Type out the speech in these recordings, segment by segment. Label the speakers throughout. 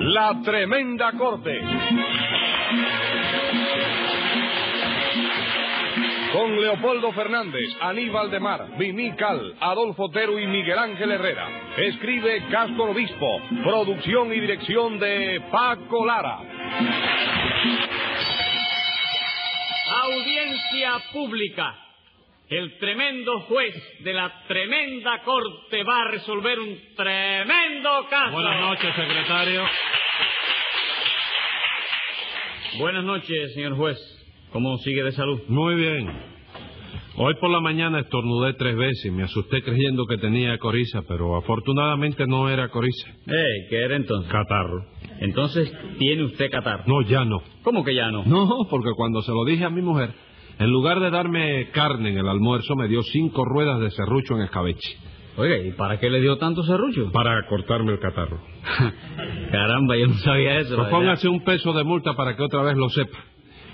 Speaker 1: La Tremenda Corte. Con Leopoldo Fernández, Aníbal de Mar, Viní Cal, Adolfo Otero y Miguel Ángel Herrera. Escribe Castro Obispo. Producción y dirección de Paco Lara.
Speaker 2: Audiencia pública. El tremendo juez de la tremenda corte va a resolver un tremendo caso.
Speaker 3: Buenas noches, secretario.
Speaker 2: Buenas noches, señor juez. ¿Cómo sigue de salud?
Speaker 3: Muy bien. Hoy por la mañana estornudé tres veces y me asusté creyendo que tenía coriza, pero afortunadamente no era coriza.
Speaker 2: Eh, ¿qué era entonces?
Speaker 3: Catarro.
Speaker 2: Entonces tiene usted catarro.
Speaker 3: No, ya no.
Speaker 2: ¿Cómo que ya no?
Speaker 3: No, porque cuando se lo dije a mi mujer, en lugar de darme carne en el almuerzo, me dio cinco ruedas de serrucho en escabeche
Speaker 2: Oiga, ¿y para qué le dio tanto serrucho?
Speaker 3: para cortarme el catarro.
Speaker 2: Caramba, yo no sabía eso. la
Speaker 3: Pues
Speaker 2: verdad.
Speaker 3: póngase un peso de multa para que otra vez lo sepa.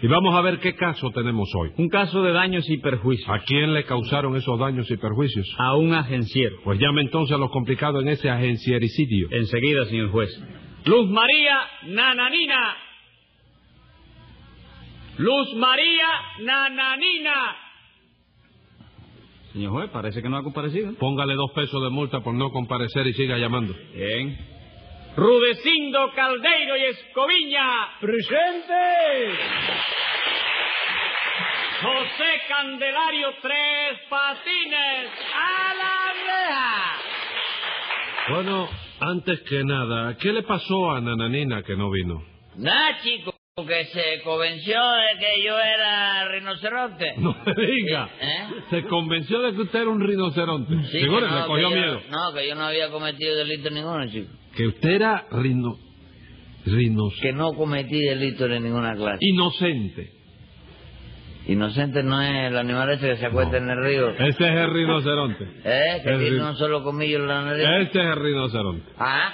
Speaker 3: Y vamos a ver qué caso tenemos hoy.
Speaker 2: Un caso de daños y perjuicios
Speaker 3: ¿A quién le causaron esos daños y perjuicios?
Speaker 2: a un agenciero.
Speaker 3: Pues llame entonces a lo complicado en ese agenciericidio.
Speaker 2: Enseguida, señor juez. Luz María Nananina. Luz María Nananina. Señor juez, parece que no ha comparecido.
Speaker 3: Póngale dos pesos de multa por no comparecer y siga llamando.
Speaker 2: Bien. Rudecindo Caldeiro y Escoviña.
Speaker 4: ¡Presente!
Speaker 2: José Candelario Tres Patines. A la reja.
Speaker 3: Bueno, antes que nada, ¿qué le pasó a Nananina que no vino?
Speaker 4: Nah, chico, que se convenció de que yo era rinoceronte.
Speaker 3: No me diga.
Speaker 4: ¿Eh?
Speaker 3: Se convenció de que usted era un rinoceronte.
Speaker 4: Sí,
Speaker 3: Seguro,
Speaker 4: que no,
Speaker 3: le cogió
Speaker 4: que yo-
Speaker 3: miedo.
Speaker 4: no, que yo no había cometido delito ninguno, chico.
Speaker 3: Que usted era rino... rinoceronte.
Speaker 4: Que no cometí delito de ninguna clase.
Speaker 3: Inocente.
Speaker 4: Inocente no es el animal ese que se acuesta en el río.
Speaker 3: Ese es el rinoceronte.
Speaker 4: ¿Eh? Que
Speaker 3: Es
Speaker 4: tiene
Speaker 3: ri-
Speaker 4: un solo comillo en la nariz.
Speaker 3: Este es el rinoceronte.
Speaker 4: Ah,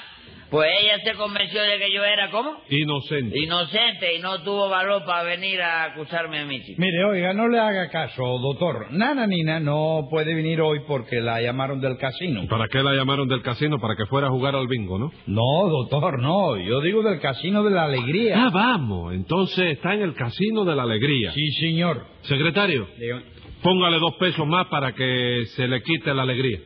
Speaker 4: pues ella se convenció de que yo era, ¿cómo?
Speaker 3: Inocente.
Speaker 4: Inocente y no tuvo valor para venir a acusarme a mí, chico.
Speaker 5: Mire, oiga, no le haga caso, doctor. Nana Nina no puede venir hoy porque la llamaron del casino.
Speaker 3: ¿Para qué la llamaron del casino? Para que fuera a jugar al bingo, ¿no?
Speaker 5: No, doctor, no. Yo digo del casino de la alegría.
Speaker 3: Ah, vamos. Entonces está en el casino de la alegría.
Speaker 5: Sí, señor.
Speaker 3: Secretario, póngale dos pesos más para que se le quite la alegría.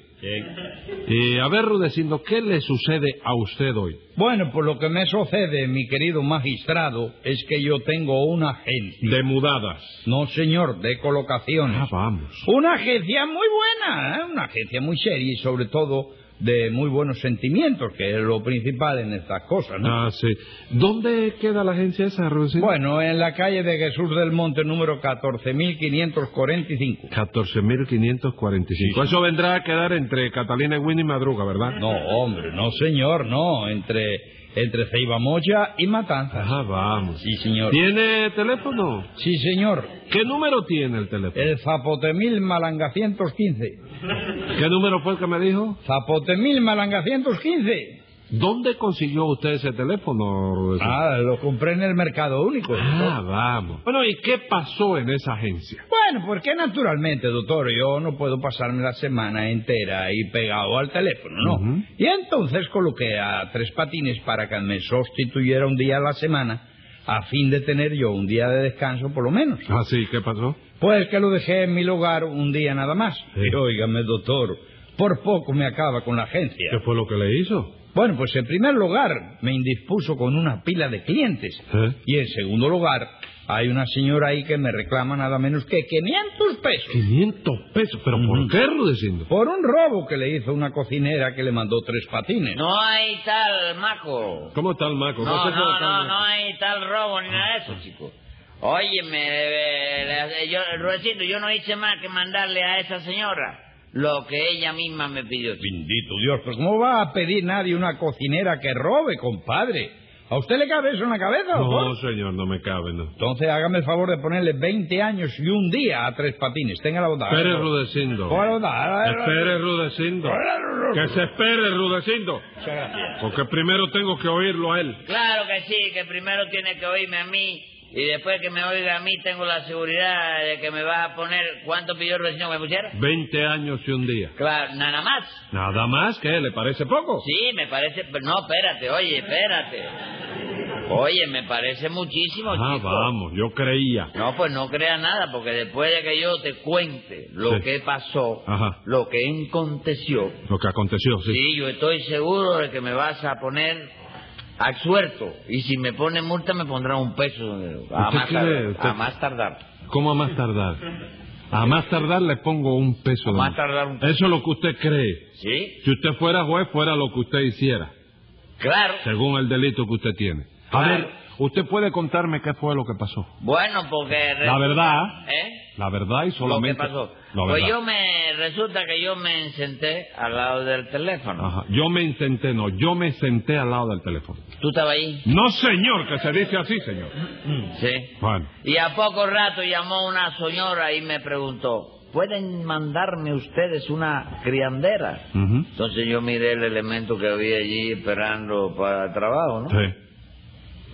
Speaker 3: Y a ver, Rudecindo, ¿qué le sucede a usted hoy?
Speaker 5: Bueno, pues lo que me sucede, mi querido magistrado, es que yo tengo una agencia.
Speaker 3: De mudadas.
Speaker 5: No, señor, de colocaciones.
Speaker 3: Ah, vamos.
Speaker 5: Una agencia muy buena, ¿eh? una agencia muy seria y sobre todo de muy buenos sentimientos, que es lo principal en estas cosas, ¿no?
Speaker 3: Ah, sí. ¿Dónde queda la agencia esa, Rudecindo?
Speaker 5: Bueno, en la calle de Jesús del Monte número 14.545.
Speaker 3: 14.545. Eso vendrá a quedar entre Catalina y Winnie Madruga, ¿verdad?
Speaker 5: No, hombre, no, señor, no. Entre, entre Ceibamoya y Matanza.
Speaker 3: Ah, vamos.
Speaker 5: Sí, señor.
Speaker 3: ¿Tiene teléfono?
Speaker 5: Sí, señor.
Speaker 3: ¿Qué número tiene el teléfono?
Speaker 5: El Zapotemil Malanga 115.
Speaker 3: ¿Qué número fue el que me dijo?
Speaker 5: Zapotemil Malanga 115.
Speaker 3: ¿Dónde consiguió usted ese teléfono, Rudecindo?
Speaker 5: Ah, lo compré en el Mercado Único. doctor.
Speaker 3: Ah, vamos. Bueno, ¿y qué pasó en esa agencia?
Speaker 5: Bueno, porque naturalmente, doctor, yo no puedo pasarme la semana entera ahí pegado al teléfono, ¿no?
Speaker 3: Ujú.
Speaker 5: Y entonces coloqué a tres patines para que me sustituyera un día a la semana a fin de tener yo un día de descanso por lo menos.
Speaker 3: Ah, sí, ¿qué pasó?
Speaker 5: Pues que lo dejé en mi lugar un día nada más. Y óigame, doctor, por poco me acaba con la agencia.
Speaker 3: ¿Qué fue lo que le hizo?
Speaker 5: Bueno, pues en primer lugar, me indispuso con una pila de clientes.
Speaker 3: ¿Eh?
Speaker 5: Y en segundo lugar, hay una señora ahí que me reclama nada menos que 500 pesos.
Speaker 3: 500 pesos. ¿Pero por
Speaker 5: Ujú.
Speaker 3: qué, Rudecindo?
Speaker 5: Por un robo que le hizo una cocinera que le mandó tres patines.
Speaker 4: No hay tal maco.
Speaker 3: ¿Cómo está el maco?
Speaker 4: No,
Speaker 3: se puede
Speaker 4: no, no, Ah.
Speaker 3: estar-
Speaker 4: no hay tal robo ni nada de eso, chico. Óyeme, eh, eh, yo, Rudecindo, yo no hice más que mandarle a esa señora lo que ella misma me pidió. chico.
Speaker 5: Bendito Dios, pero ¿cómo va a pedir nadie una cocinera que robe, compadre? ¿A usted le cabe eso en la cabeza, doctor?
Speaker 3: No, señor, no me cabe, no.
Speaker 5: Entonces hágame el favor de ponerle 20 años y un día a tres patines. Tenga la bondad.
Speaker 3: Espere, Rudecindo.
Speaker 5: Ponga la bondad.
Speaker 3: Espere, Rudecindo. Que se espere, Rudecindo. Porque primero tengo que oírlo a él.
Speaker 4: Claro que sí, que primero tiene que oírme a mí Y después que me oiga a mí, tengo la seguridad de que me vas a poner. ¿Cuánto pidió Rocino que me pusiera?
Speaker 3: 20 años y un día.
Speaker 4: Claro, nada más.
Speaker 3: Nada más, ¿qué? ¿Le parece poco?
Speaker 4: Sí, me parece. pero No, espérate, oye, espérate. Oye, me parece muchísimo,
Speaker 3: ah,
Speaker 4: chico.
Speaker 3: vamos, yo creía.
Speaker 4: No, pues no creas nada, porque después de que yo te cuente lo
Speaker 3: Sí.
Speaker 4: que pasó,
Speaker 3: Ajá.
Speaker 4: lo que aconteció,
Speaker 3: Lo que aconteció, sí.
Speaker 4: sí, yo estoy seguro de que me vas a poner al suelto. Y si me pone multa, me pondrá un peso. eh, A
Speaker 3: ¿Usted
Speaker 4: más,
Speaker 3: quiere-
Speaker 4: tardar,
Speaker 3: usted-
Speaker 4: a más tardar.
Speaker 3: ¿Cómo a más tardar? A más tardar le pongo un peso.
Speaker 4: A
Speaker 3: de
Speaker 4: más
Speaker 3: multa.
Speaker 4: tardar un-
Speaker 3: Eso es lo que usted cree.
Speaker 4: ¿Sí?
Speaker 3: Si usted fuera juez, fuera lo que usted hiciera,
Speaker 4: Claro.
Speaker 3: según el delito que usted tiene. A
Speaker 4: Claro.
Speaker 3: ver, usted puede contarme qué fue lo que pasó.
Speaker 4: Bueno, porque...
Speaker 3: La verdad,
Speaker 4: ¿Eh?
Speaker 3: la verdad y solamente.
Speaker 4: Lo que pasó.
Speaker 3: La
Speaker 4: Pues
Speaker 3: verdad.
Speaker 4: yo me... Resulta que yo me senté al lado del teléfono.
Speaker 3: Ajá. Yo me senté, no, yo me senté al lado del teléfono.
Speaker 4: ¿Tú estabas ahí?
Speaker 3: No, señor, que se dice así, señor.
Speaker 4: Sí.
Speaker 3: Bueno,
Speaker 4: Y a poco rato llamó una señora y me preguntó, ¿pueden mandarme ustedes una criandera?
Speaker 3: ujú,
Speaker 4: Entonces yo miré el elemento que había allí esperando para el trabajo, ¿no?
Speaker 3: sí,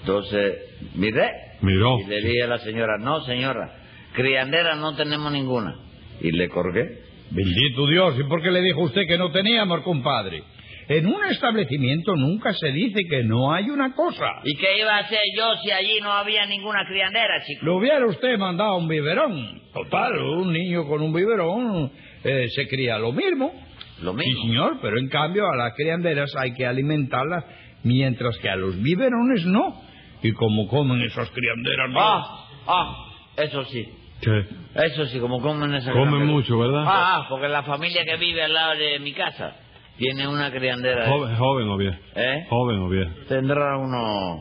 Speaker 4: Entonces miré
Speaker 3: miró.
Speaker 4: y le dije a la señora, no señora, criandera no tenemos ninguna. Y le colgué.
Speaker 5: Bendito Dios, ¿y por qué le dijo usted que no teníamos, compadre? En un establecimiento nunca se dice que no hay una cosa.
Speaker 4: ¿Y qué iba a hacer yo si allí no había ninguna criandera, chico?
Speaker 5: Lo hubiera usted mandado un biberón. Total, un niño con un biberón eh, se cría lo mismo.
Speaker 4: Lo
Speaker 5: Sí,
Speaker 4: mismo.
Speaker 5: señor, pero en cambio a las crianderas hay que alimentarlas, mientras que a los biberones no. Y como comen esas crianderas...
Speaker 4: Ah, ah, eso sí.
Speaker 3: Sí.
Speaker 4: Eso sí, como comen esa
Speaker 3: Comen
Speaker 4: criandera.
Speaker 3: mucho, ¿verdad?
Speaker 4: Ah, ah, porque la familia que vive al lado de mi casa tiene una criandera. ¿eh?
Speaker 3: Joven, joven o bien.
Speaker 4: ¿Eh?
Speaker 3: Joven o bien.
Speaker 4: Tendrá unos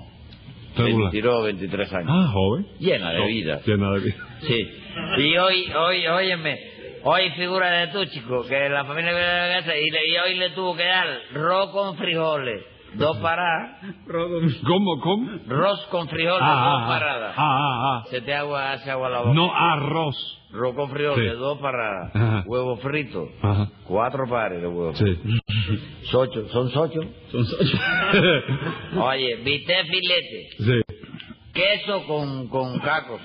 Speaker 3: Regular.
Speaker 4: 22, 23 años.
Speaker 3: Ah, joven.
Speaker 4: Llena de
Speaker 3: No,
Speaker 4: vida.
Speaker 3: Llena de vida.
Speaker 4: Sí. Y hoy, hoy, óyeme, hoy figura de tú, chico, que la familia que vive en la casa y, le- y hoy le tuvo que dar ro con frijoles, dos paradas,
Speaker 3: ¿Cómo, cómo?
Speaker 4: ros con frijoles,
Speaker 3: Ah,
Speaker 4: dos
Speaker 3: ah,
Speaker 4: paradas.
Speaker 3: ah, ah,
Speaker 4: Se te agua, hace agua la
Speaker 3: ah.
Speaker 4: boca.
Speaker 3: No arroz.
Speaker 4: Ro con frijoles,
Speaker 3: Sí.
Speaker 4: dos paradas,
Speaker 3: Ajá.
Speaker 4: huevo frito,
Speaker 3: Ajá.
Speaker 4: cuatro pares de huevos.
Speaker 3: Sí.
Speaker 4: Socho, ¿Son socho?
Speaker 3: sí.
Speaker 4: Oye, viste filete, queso con, con cacos,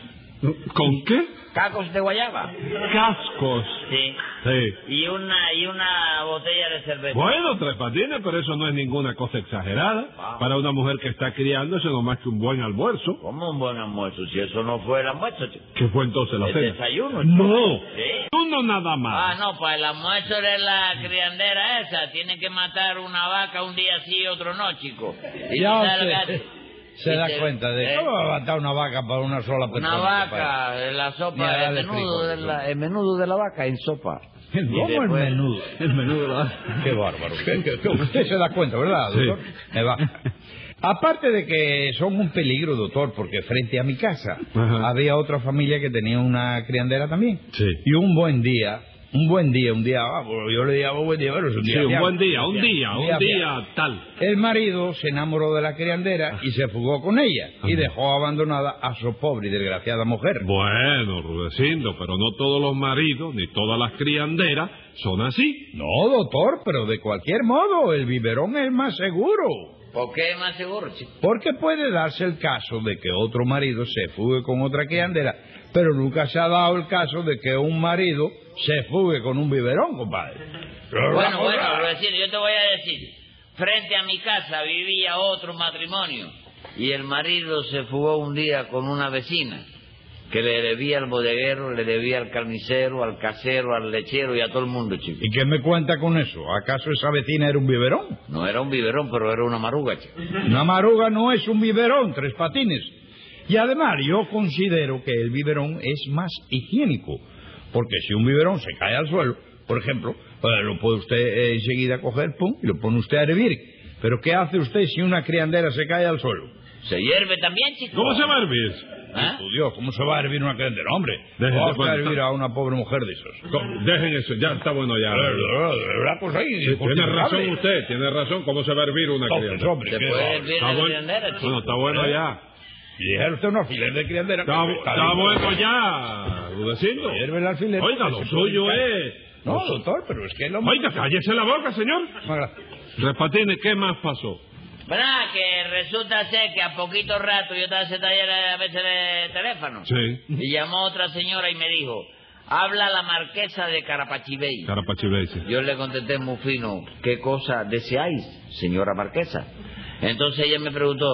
Speaker 3: ¿Con qué?
Speaker 4: cacos de guayaba.
Speaker 3: Cascos.
Speaker 4: Sí.
Speaker 3: Sí.
Speaker 4: Y una, y una botella de cerveza.
Speaker 3: Bueno, tres patines, pero eso no es ninguna cosa exagerada. Para una mujer que está criando, eso no más que un buen almuerzo.
Speaker 4: ¿Cómo un buen almuerzo? Si eso no fue el almuerzo, chico.
Speaker 3: ¿Qué fue entonces la
Speaker 4: El
Speaker 3: cena?
Speaker 4: desayuno, chico.
Speaker 3: No.
Speaker 4: Sí.
Speaker 3: Uno nada
Speaker 4: Ah,
Speaker 3: más.
Speaker 4: no, para el almuerzo de la criandera esa. Tiene que matar una vaca un día sí y otro no, chico. ¿Y tú
Speaker 5: Ya
Speaker 4: sabes lo que
Speaker 5: usted
Speaker 4: hace?
Speaker 5: se
Speaker 4: Y
Speaker 5: da
Speaker 4: te-
Speaker 5: cuenta de
Speaker 4: eh,
Speaker 5: cómo va a matar una vaca para una sola persona.
Speaker 4: Una
Speaker 5: compadre?
Speaker 4: vaca, eh, la
Speaker 5: Ni a
Speaker 4: sopa,
Speaker 5: la
Speaker 4: el
Speaker 5: de
Speaker 4: menudo,
Speaker 5: frijoles,
Speaker 4: de la, el menudo de la vaca en sopa.
Speaker 5: ¿Cómo el
Speaker 4: después-
Speaker 5: menudo?
Speaker 6: El menudo, ¿verdad?
Speaker 5: Qué bárbaro. Usted se da cuenta, ¿verdad,
Speaker 3: Sí.
Speaker 5: doctor? Me va. Aparte de que son un peligro, doctor, porque frente a mi casa
Speaker 3: Ajá.
Speaker 5: había otra familia que tenía una criandera también.
Speaker 3: Sí.
Speaker 5: Y un buen día, un buen día, un día, ah, bueno, yo le llamo buen día, pero es un
Speaker 3: Sí,
Speaker 5: día.
Speaker 3: un
Speaker 5: fiable.
Speaker 3: buen día, un día, un
Speaker 5: fiable.
Speaker 3: día tal.
Speaker 5: El marido se enamoró de la criandera y se fugó con ella y
Speaker 3: Ajá.
Speaker 5: dejó abandonada a su pobre y desgraciada mujer.
Speaker 3: Bueno, Rudecindo, pero no todos los maridos ni todas las crianderas son así.
Speaker 5: No, doctor, pero de cualquier modo, el biberón es más seguro.
Speaker 4: ¿Por qué es más seguro, chico?
Speaker 5: Porque puede darse el caso de que otro marido se fugue con otra criandera, pero nunca se ha dado el caso de que un marido se fugue con un biberón, compadre.
Speaker 4: Bueno, bueno, Rudecindo, yo te voy a decir. Frente a mi casa vivía otro matrimonio y el marido se fugó un día con una vecina que le debía al bodeguero, le debía al carnicero, al casero, al lechero y a todo el mundo, chico.
Speaker 5: ¿Y qué me cuenta con eso? ¿Acaso esa vecina era un biberón?
Speaker 4: No era un biberón, pero era una maruga, chico.
Speaker 5: Una maruga no es un biberón, tres patines. Y además, yo considero que el biberón es más higiénico, porque si un biberón se cae al suelo, por ejemplo, eh, lo puede usted eh, enseguida coger, pum, y lo pone usted a hervir. Pero ¿qué hace usted si una criandera se cae al suelo?
Speaker 4: ¿Se hierve también, chico?
Speaker 3: ¿Cómo se llama el bis?
Speaker 4: ¿Ah?
Speaker 5: Oh, Dios, ¿cómo se va a hervir una criandera? Hombre,
Speaker 3: Déjese
Speaker 5: ¿cómo va a
Speaker 3: cuenta.
Speaker 5: hervir a una pobre mujer de esas?
Speaker 3: Com- Dejen eso, ya está bueno ya.
Speaker 5: Ah, Una cosa ahí
Speaker 3: Tiene razón
Speaker 5: injustificable.
Speaker 3: usted, tiene razón. ¿Cómo se va a hervir una
Speaker 5: Entonces,
Speaker 3: criandera?
Speaker 5: hombre,
Speaker 4: ¿Se
Speaker 5: qué
Speaker 4: puede
Speaker 5: bárbaro.
Speaker 4: hervir
Speaker 3: Está
Speaker 4: la
Speaker 3: bueno.
Speaker 4: criandera,
Speaker 3: Bueno,
Speaker 4: chico?
Speaker 3: está bueno ya.
Speaker 5: Dijera usted un alfiler de criandera.
Speaker 3: Está, bu- está bueno ya, Rudecindo.
Speaker 5: Hierve el alfiler.
Speaker 3: Oiga, lo
Speaker 5: Se
Speaker 3: suyo
Speaker 5: puede
Speaker 3: es...
Speaker 5: No, doctor, pero es que el hombre...
Speaker 3: Oiga, cállese la boca, señor.
Speaker 5: Ahora,
Speaker 3: Repatine, ¿qué más pasó?
Speaker 4: Bueno, nada, que resulta ser que a poquito rato yo estaba sentada ayer a veces de teléfono.
Speaker 3: Sí.
Speaker 4: Y llamó otra señora y me dijo, habla la marquesa de Carapachibey.
Speaker 3: Carapachibey, sí.
Speaker 4: Yo le contesté muy fino, ¿qué cosa deseáis, señora marquesa? Entonces ella me preguntó,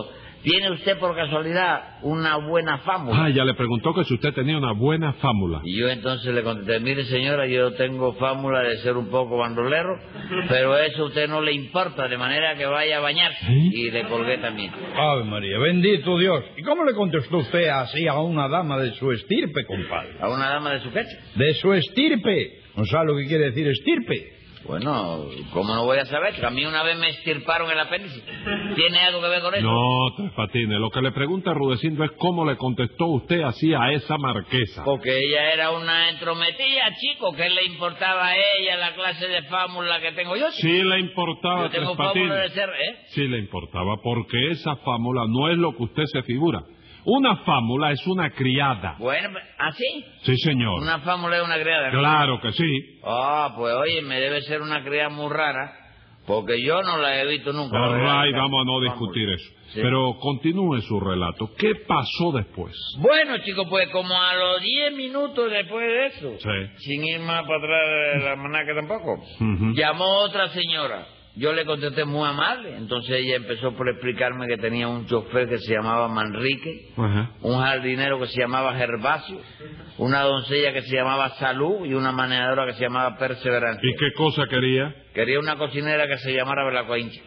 Speaker 4: ¿tiene usted por casualidad una buena fábula?
Speaker 3: Ah, ya le preguntó que si usted tenía una buena fámula.
Speaker 4: Y yo entonces le contesté, mire señora, yo tengo fábula de ser un poco bandolero, pero eso a usted no le importa, de manera que vaya a bañarse. Y le colgué también.
Speaker 5: Ave María, bendito Dios. ¿Y cómo le contestó usted así a una dama de su estirpe, compadre?
Speaker 4: ¿A una dama de su fecha?
Speaker 5: De su estirpe. ¿No sabe lo que quiere decir estirpe?
Speaker 4: Bueno, ¿cómo no voy a saber? Que a mí una vez me estirparon el apéndice. ¿Tiene algo que ver con eso?
Speaker 3: No, Tres Patines, lo que le pregunta Rudecindo es cómo le contestó usted así a esa marquesa.
Speaker 4: Porque ella era una entrometida, chico. ¿Qué le importaba a ella la clase de fámula que tengo yo? chico?
Speaker 3: Sí le importaba,
Speaker 4: yo
Speaker 3: Tres
Speaker 4: tengo fámula de
Speaker 3: Patines.
Speaker 4: ser, ¿eh?
Speaker 3: Sí le importaba, porque esa fámula no es lo que usted se figura. Una fámula es una criada.
Speaker 4: Bueno, pues, ¿así?
Speaker 3: Sí, señor.
Speaker 4: Una fámula es una criada. ¿no?
Speaker 3: Claro que sí.
Speaker 4: Ah, pues oye, me debe ser una criada muy rara, porque yo no la he visto nunca. la
Speaker 3: All
Speaker 4: verdad.
Speaker 3: right, vamos a no discutir eso.
Speaker 4: Sí.
Speaker 3: Pero continúe su relato. ¿Qué pasó después?
Speaker 4: Bueno, chicos, pues como a los 10 minutos después de eso,
Speaker 3: Sí.
Speaker 4: sin ir más para atrás de la manaca tampoco,
Speaker 3: Ujú.
Speaker 4: llamó otra señora. Yo le contesté muy amable, entonces ella empezó por explicarme que tenía un chofer que se llamaba Manrique,
Speaker 3: Ajá.
Speaker 4: un jardinero que se llamaba Gervasio, una doncella que se llamaba Salud y una manejadora que se llamaba Perseverancia.
Speaker 3: ¿Y qué cosa quería?
Speaker 4: Quería una cocinera que se llamara Belacoincha.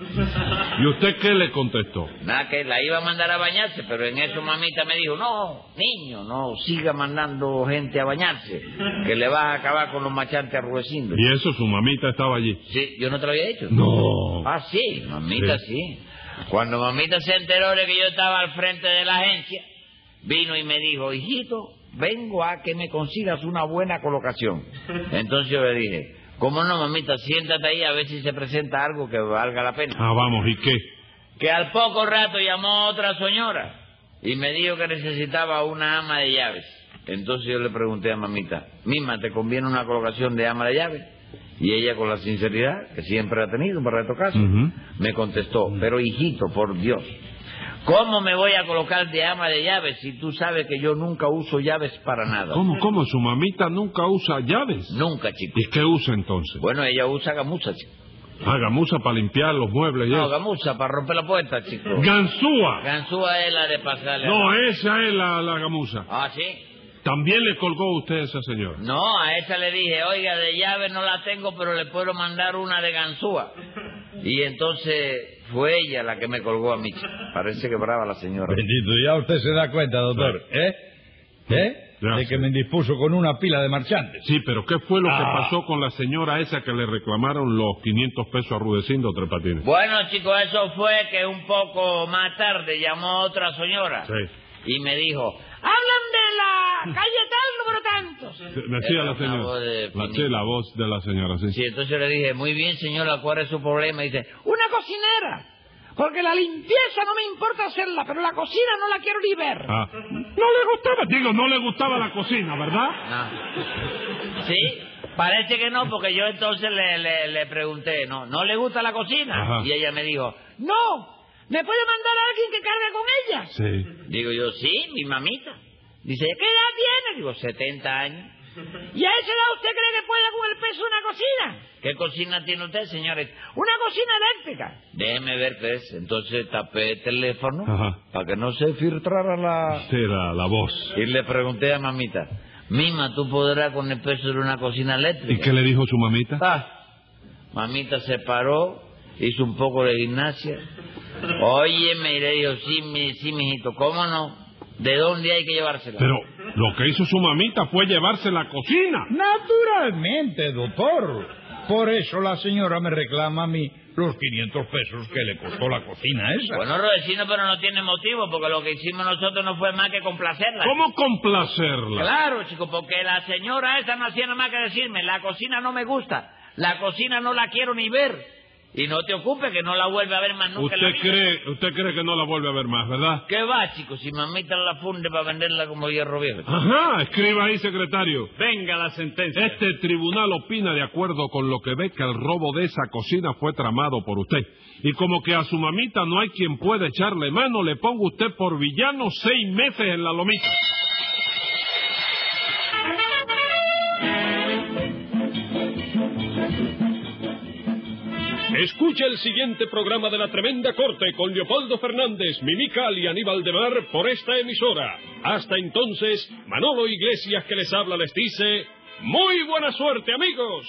Speaker 3: ¿Y usted qué le contestó?
Speaker 4: Nada, que la iba a mandar a bañarse, pero en eso mamita me dijo, no, niño, no, siga mandando gente a bañarse, que le vas a acabar con los machantes arruecindo.
Speaker 3: Y eso, su mamita estaba allí.
Speaker 4: Sí, yo no te lo había dicho.
Speaker 3: No.
Speaker 4: Ah, sí, mamita
Speaker 3: Sí.
Speaker 4: sí. Cuando mamita se enteró de que yo estaba al frente de la agencia, vino y me dijo, hijito, vengo a que me consigas una buena colocación. Entonces yo le dije, ¿cómo no, mamita? Siéntate ahí a ver si se presenta algo que valga la pena.
Speaker 3: Ah, vamos, ¿y qué?
Speaker 4: que al poco rato llamó otra señora y me dijo que necesitaba una ama de llaves. Entonces yo le pregunté a mamita, Mima, ¿te conviene una colocación de ama de llaves? Y ella con la sinceridad que siempre ha tenido para estos casos,
Speaker 3: Ujú.
Speaker 4: me contestó, pero hijito, por Dios, ¿cómo me voy a colocar de ama de llaves si tú sabes que yo nunca uso llaves para nada?
Speaker 3: ¿Cómo, cómo? ¿Su mamita nunca usa llaves?
Speaker 4: Nunca, chico.
Speaker 3: ¿Y qué usa entonces?
Speaker 4: Bueno, ella usa gamuza, chico.
Speaker 3: Ah, gamuza para limpiar los muebles y
Speaker 4: No,
Speaker 3: eso.
Speaker 4: gamuza, para romper la puerta, chico.
Speaker 3: ¡Ganzúa!
Speaker 4: Ganzúa es la de pasarle. a
Speaker 3: No,
Speaker 4: la-
Speaker 3: esa es la, la gamuza.
Speaker 4: Ah, sí.
Speaker 3: También le colgó usted a esa señora.
Speaker 4: No, a esa le dije, oiga, de llave no la tengo, pero le puedo mandar una de ganzúa. Y entonces fue ella la que me colgó a mí. Parece que brava la señora.
Speaker 5: Bendito, ya usted se da cuenta, doctor. ¿Eh? ¿Eh?
Speaker 3: Ya
Speaker 5: De
Speaker 3: sé.
Speaker 5: que me indispuso con una pila de marchantes.
Speaker 3: Sí, pero ¿qué fue lo que
Speaker 5: Ah.
Speaker 3: pasó con la señora esa que le reclamaron los 500 pesos a Rudecindo Tres Patines?
Speaker 4: Bueno, chicos, eso fue que un poco más tarde llamó otra señora
Speaker 3: Sí.
Speaker 4: y me dijo,
Speaker 6: Hablan de la calle tal número tantos.
Speaker 3: Decía
Speaker 4: Era
Speaker 3: la
Speaker 4: una
Speaker 3: señora.
Speaker 4: voz de
Speaker 3: La, sí,
Speaker 4: Pinito.
Speaker 3: la voz de la señora, sí.
Speaker 4: sí, entonces yo le dije, muy bien señora, ¿cuál es su problema? Y dice,
Speaker 6: Una cocinera. Porque la limpieza no me importa hacerla, pero la cocina no la quiero ni ver.
Speaker 3: Ah. No le gustaba, digo, no le gustaba la cocina, ¿verdad?
Speaker 4: Ah. Sí, parece que no, porque yo entonces le, le- le pregunté, ¿no, ¿no le gusta la cocina?
Speaker 3: Ajá.
Speaker 4: Y ella me dijo,
Speaker 6: No, ¿me puede mandar a alguien que cargue con ella?
Speaker 3: Sí.
Speaker 4: digo yo, sí, mi mamita. Dice, ¿qué edad tiene? Digo, 70 años.
Speaker 6: ¿Y a esa edad usted cree que puede con el peso de una cocina?
Speaker 4: ¿Qué cocina tiene usted, señores?
Speaker 6: Una cocina eléctrica.
Speaker 4: Déjeme ver qué es. Entonces tapé el teléfono
Speaker 3: Ajá.
Speaker 4: para que no se filtrara la...
Speaker 3: Sí, la, la voz.
Speaker 4: Y le pregunté a mamita, Mima, ¿tú podrás con el peso de una cocina eléctrica?
Speaker 3: ¿Y qué le dijo su mamita?
Speaker 4: Ah, Mamita se paró, hizo un poco de gimnasia. Oye, me dijo, sí, mi, sí, mijito, ¿cómo no? ¿De dónde hay que llevársela?
Speaker 3: Pero lo que hizo su mamita fue llevarse la cocina.
Speaker 5: Naturalmente, doctor. Por eso la señora me reclama a mí los 500 pesos que le costó la cocina esa.
Speaker 4: Bueno, Rodecino, pero no tiene motivo, porque lo que hicimos nosotros no fue más que complacerla.
Speaker 3: ¿Cómo complacerla?
Speaker 4: Claro, chico, porque la señora esa no hacía nada más que decirme, la cocina no me gusta, la cocina no la quiero ni ver. Y no te ocupes que no la vuelve a ver más nunca en la
Speaker 3: Usted
Speaker 4: vida.
Speaker 3: cree, usted cree que no la vuelve a ver más, ¿verdad?
Speaker 4: ¿Qué va, chico? Si mamita la funde para venderla como hierro viejo.
Speaker 3: Ajá, escriba ahí, secretario.
Speaker 2: Venga la sentencia.
Speaker 3: Este tribunal opina de acuerdo con lo que ve que el robo de esa cocina fue tramado por usted. Y como que a su mamita no hay quien pueda echarle mano, le pongo usted por villano seis meses en la lomita. Escucha el siguiente programa de La Tremenda Corte con Leopoldo Fernández, Mimical y Aníbal de Mar por esta emisora. Hasta entonces, Manolo Iglesias que les habla les dice, ¡Muy buena suerte amigos!